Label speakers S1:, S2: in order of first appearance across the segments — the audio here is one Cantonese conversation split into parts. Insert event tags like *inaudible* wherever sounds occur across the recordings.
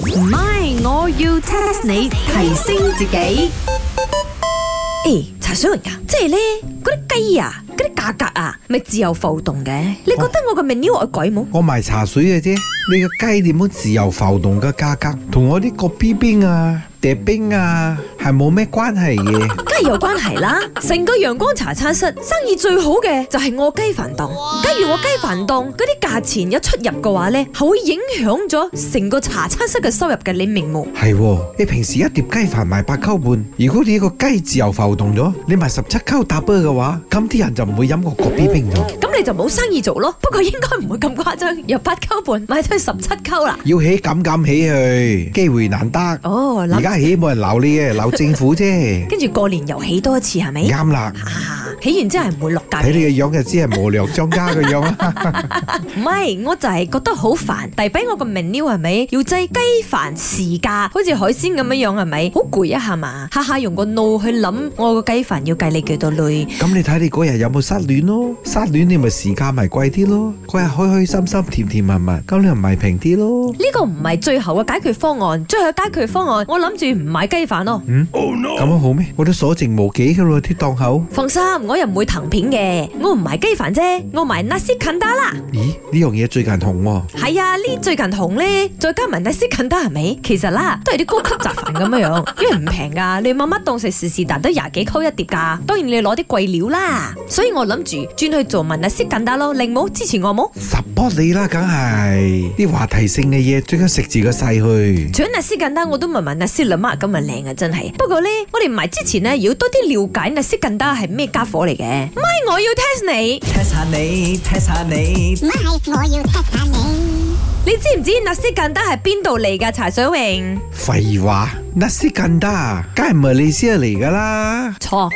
S1: 唔係，我要 test 你提升自己。
S2: 誒，茶水榮啊，即係咧嗰啲雞啊，嗰啲價格啊，咪自由浮動嘅。你覺得我個 menu 我改冇？
S3: 我賣茶水嘅啫，你個雞點樣自由浮動嘅價格，同我啲個 B 冰啊、碟冰啊係冇咩關係嘅。
S2: 梗係有關係啦！成個陽光茶餐室生意最好嘅就係我雞飯檔。假如我雞飯檔嗰啲價錢有出入嘅話咧，係會影響咗成個茶餐室嘅收入嘅，你明冇？
S3: 係喎，你平時一碟雞飯賣八溝半，如果你個雞自由浮動咗，你賣十七溝搭波嘅話，咁啲人就唔會飲個個 B 冰咗。
S2: 咁你就冇生意做咯。不過應該唔會咁誇張，由八溝半買到去十七溝啦。
S3: 要起敢敢起去，機會難得。
S2: 哦，
S3: 而
S2: 諗
S3: 家起冇人鬧你嘅，鬧政府
S2: *laughs*
S3: 啫。
S2: 跟住過年又起多一次係咪？
S3: 啱啦，
S2: 啊，起完之後係唔會落價
S3: 睇
S2: 嘅
S3: 你。嘅樣就知係無良商家嘅樣啦。
S2: 唔係，我就係覺得好煩。遞俾我個 menu 係咪要制雞飯時價，好似海鮮咁樣樣係咪？好攰啊，係嘛？下下用個腦去諗我個雞飯要計你幾多類。
S3: 咁你睇你嗰日有冇失戀咯？失戀你咪時間咪貴啲咯，嗰日開開心心甜甜蜜蜜，咁你又咪平啲咯？
S2: 呢個唔係最後嘅解決方案，最後嘅解決方案我諗住唔買雞飯咯。
S3: 嗯咁樣好咩？我都所剩無幾噶咯，啲檔口。
S2: 放心，我又唔會騰片嘅，我唔買雞飯啫，我買 nasi kandar 啦。
S3: 咦？呢樣嘢最近紅喎、
S2: 係啊，呢最近紅呢，再加埋 nasi kandar 係咪？其實啦，都係啲高級雜飯咁樣樣，因為唔平噶，你乜乜當食時時但都廿幾溝一碟噶。當然你攞啲貴料啦，所以我諗住轉去做埋 nasi kandar 咯。令冇支持我冇？
S3: support 你啦，梗係啲話題性嘅嘢，最緊食字個勢去。
S2: 除咗 nasi kandar，我都問問 nasi lemak 咁咪靚啊，真係。不過呢，我哋唔係之前呢，要多啲了解 nasi kandar 係咩家伙嚟嘅。唔係，我要 test 你。
S4: test 下你，test 下你
S5: 咪，我要 test 下你。
S2: 你知唔知 nasi kandar 係邊度嚟㗎？茶水榮
S3: 廢話，nasi kandar，梗啊係唔係你先嚟噶啦。
S2: 錯。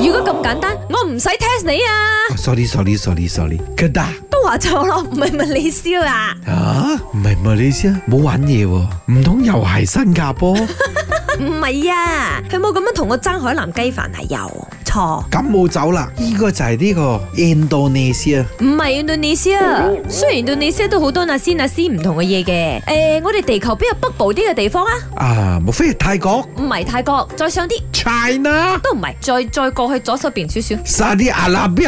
S2: 如果咁簡單，我唔使 test 你啊。
S3: sorry sorry sorry sorry，佢打
S2: 都話錯咯，唔係問你燒啊！ *laughs*
S3: 啊，唔係唔係你先啊，冇玩嘢喎，唔通又係新加坡？咁
S2: 唔係啊，佢冇咁樣同我爭海南雞飯係有錯，
S3: 冇走啦，呢、個就係呢個 Indonesia。
S2: 唔係 Indonesia。雖然 Indonesia 都好多那斯那斯唔同嘅嘢嘅，誒、我哋地球邊有北部啲嘅地方啊？
S3: 啊，莫非係泰國
S2: 唔係泰國，再上啲
S3: ？China、
S2: 都唔係，再再過去左手邊少 *laughs* 少，
S3: 沙地阿拉伯，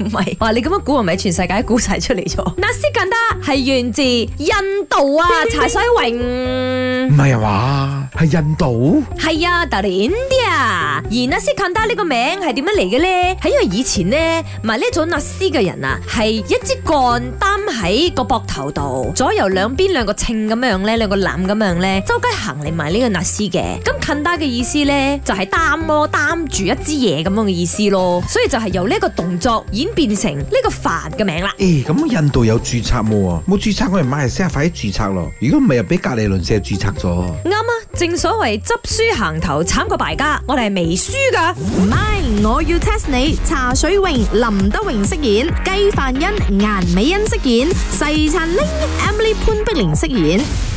S2: 唔係。哇，你咁樣估係咪全世界估晒出嚟咗？那斯更加係源自印度啊，柴水榮。
S3: 唔係啊嘛，係印度。
S2: 係啊，但係 India 而納斯肯達呢個名係點樣嚟嘅咧？係因為以前咧，埋呢種納斯嘅人啊，係一支杆擔喺個膊頭度，左右兩邊兩個稱咁樣咧，兩個籃咁樣咧，周街行嚟埋呢個納斯嘅。咁肯達嘅意思咧，就係擔咯，擔住一支嘢咁樣嘅意思咯，所以就係由呢一個動作演變成呢個飯嘅名啦。
S3: 誒，咁印度有註冊冇啊？冇註冊，我哋馬來西亞快啲註冊咯。如果唔係，又俾隔離鄰舍註冊咗。
S2: 啱啊！正所謂執輸行頭慘過敗家，我哋係未輸噶。
S1: 唔係，我要 test 你。茶水榮、林德榮飾演，雞飯欣、顏美欣飾演，細陳玲、Emily 潘碧玲飾演。